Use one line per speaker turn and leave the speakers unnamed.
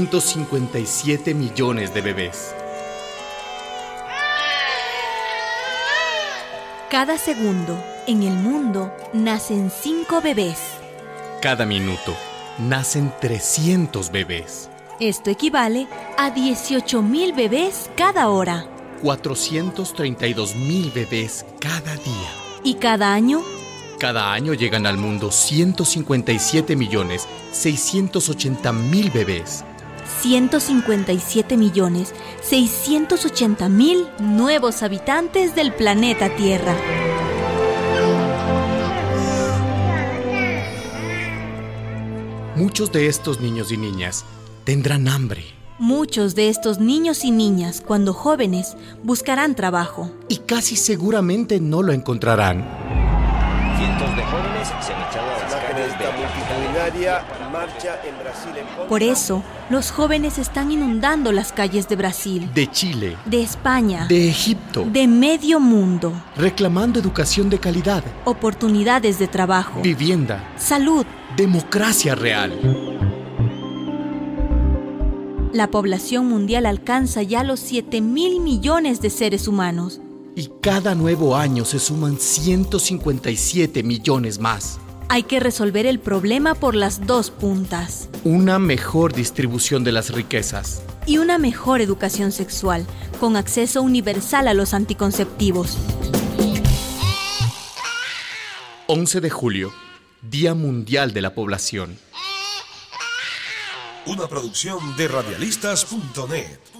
157 millones de bebés.
Cada segundo en el mundo nacen 5 bebés.
Cada minuto nacen 300 bebés.
Esto equivale a 18.000 bebés cada hora
432 mil bebés cada día.
y cada año
Cada año llegan al mundo 157 millones 680 mil bebés.
157 millones 680 mil nuevos habitantes del planeta Tierra.
Muchos de estos niños y niñas tendrán hambre
Muchos de estos niños y niñas, cuando jóvenes, buscarán trabajo.
y casi seguramente no lo encontrarán.
Cientos de jóvenes se han echado a las
Imagen de
calles de
esta
la capital
multitudinaria marcha en Brasil en contra.
Por eso, los jóvenes están inundando las calles de Brasil,
De Chile,
de España,
de Egipto,
de medio mundo,
reclamando educación de calidad,
oportunidades de trabajo,
vivienda,
salud.
democracia real.
La población mundial alcanza ya los 7 mil millones de seres humanos.
Y cada nuevo año se suman 157 millones más.
Hay que resolver el problema por las dos puntas.
Una mejor distribución de las riquezas.
Y una mejor educación sexual, con acceso universal a los anticonceptivos.
11 de julio, Día Mundial de la Población.
Una producción de radialistas.net.